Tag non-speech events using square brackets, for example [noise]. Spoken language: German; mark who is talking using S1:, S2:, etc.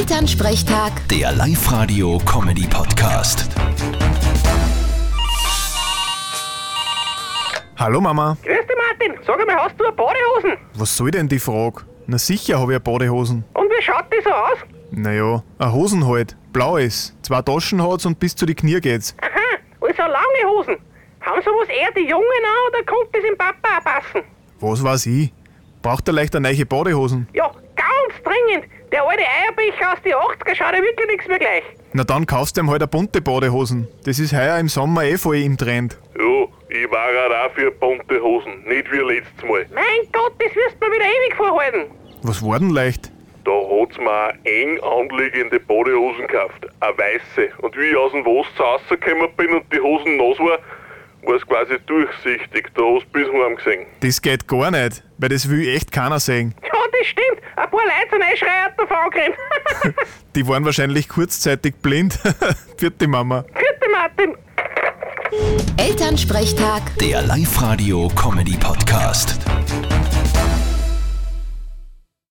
S1: Elternsprechtag,
S2: Der Live-Radio-Comedy-Podcast.
S3: Hallo Mama,
S4: Grüß dich, Martin. Sag einmal, hast du eine Badehosen?
S3: was soll denn die Frage? Na sicher habe ich eine Badehosen.
S4: Und wie schaut die so aus?
S3: Naja, eine Hosen halt, blau ist, zwei Taschen hat's und bis zu die Knie geht's.
S4: Aha, also lange Hosen. Haben sowas eher die Jungen an oder kommt das im Papa auch passen?
S3: Was weiß ich? Braucht er leicht eine neue Badehosen?
S4: Ja, ganz dringend. Der alte Eierbecher aus die 80er schaut ja wirklich nichts mehr gleich.
S3: Na dann kaufst du ihm halt eine bunte Badehosen. Das ist heuer im Sommer eh voll im Trend.
S5: Ja, ich war halt auch für bunte Hosen, nicht wie letztes Mal.
S4: Mein Gott, das wirst du mir wieder ewig vorhalten.
S3: Was war denn leicht?
S5: Da hat's mir eine eng anliegende Badehosen gekauft, eine weiße. Und wie ich aus dem Wasser rausgekommen bin und die Hosen nass war, war's quasi durchsichtig, da hast du bis heim gesehen.
S3: Das geht gar nicht, weil das will echt keiner sehen.
S4: Ja, das stimmt. Ein paar Leute sind eh einschreiert davon [laughs] angerannt.
S3: Die waren wahrscheinlich kurzzeitig blind. [laughs] Vierte Mama.
S4: Vierte Martin.
S1: Elternsprechtag.
S2: Der Live-Radio-Comedy-Podcast.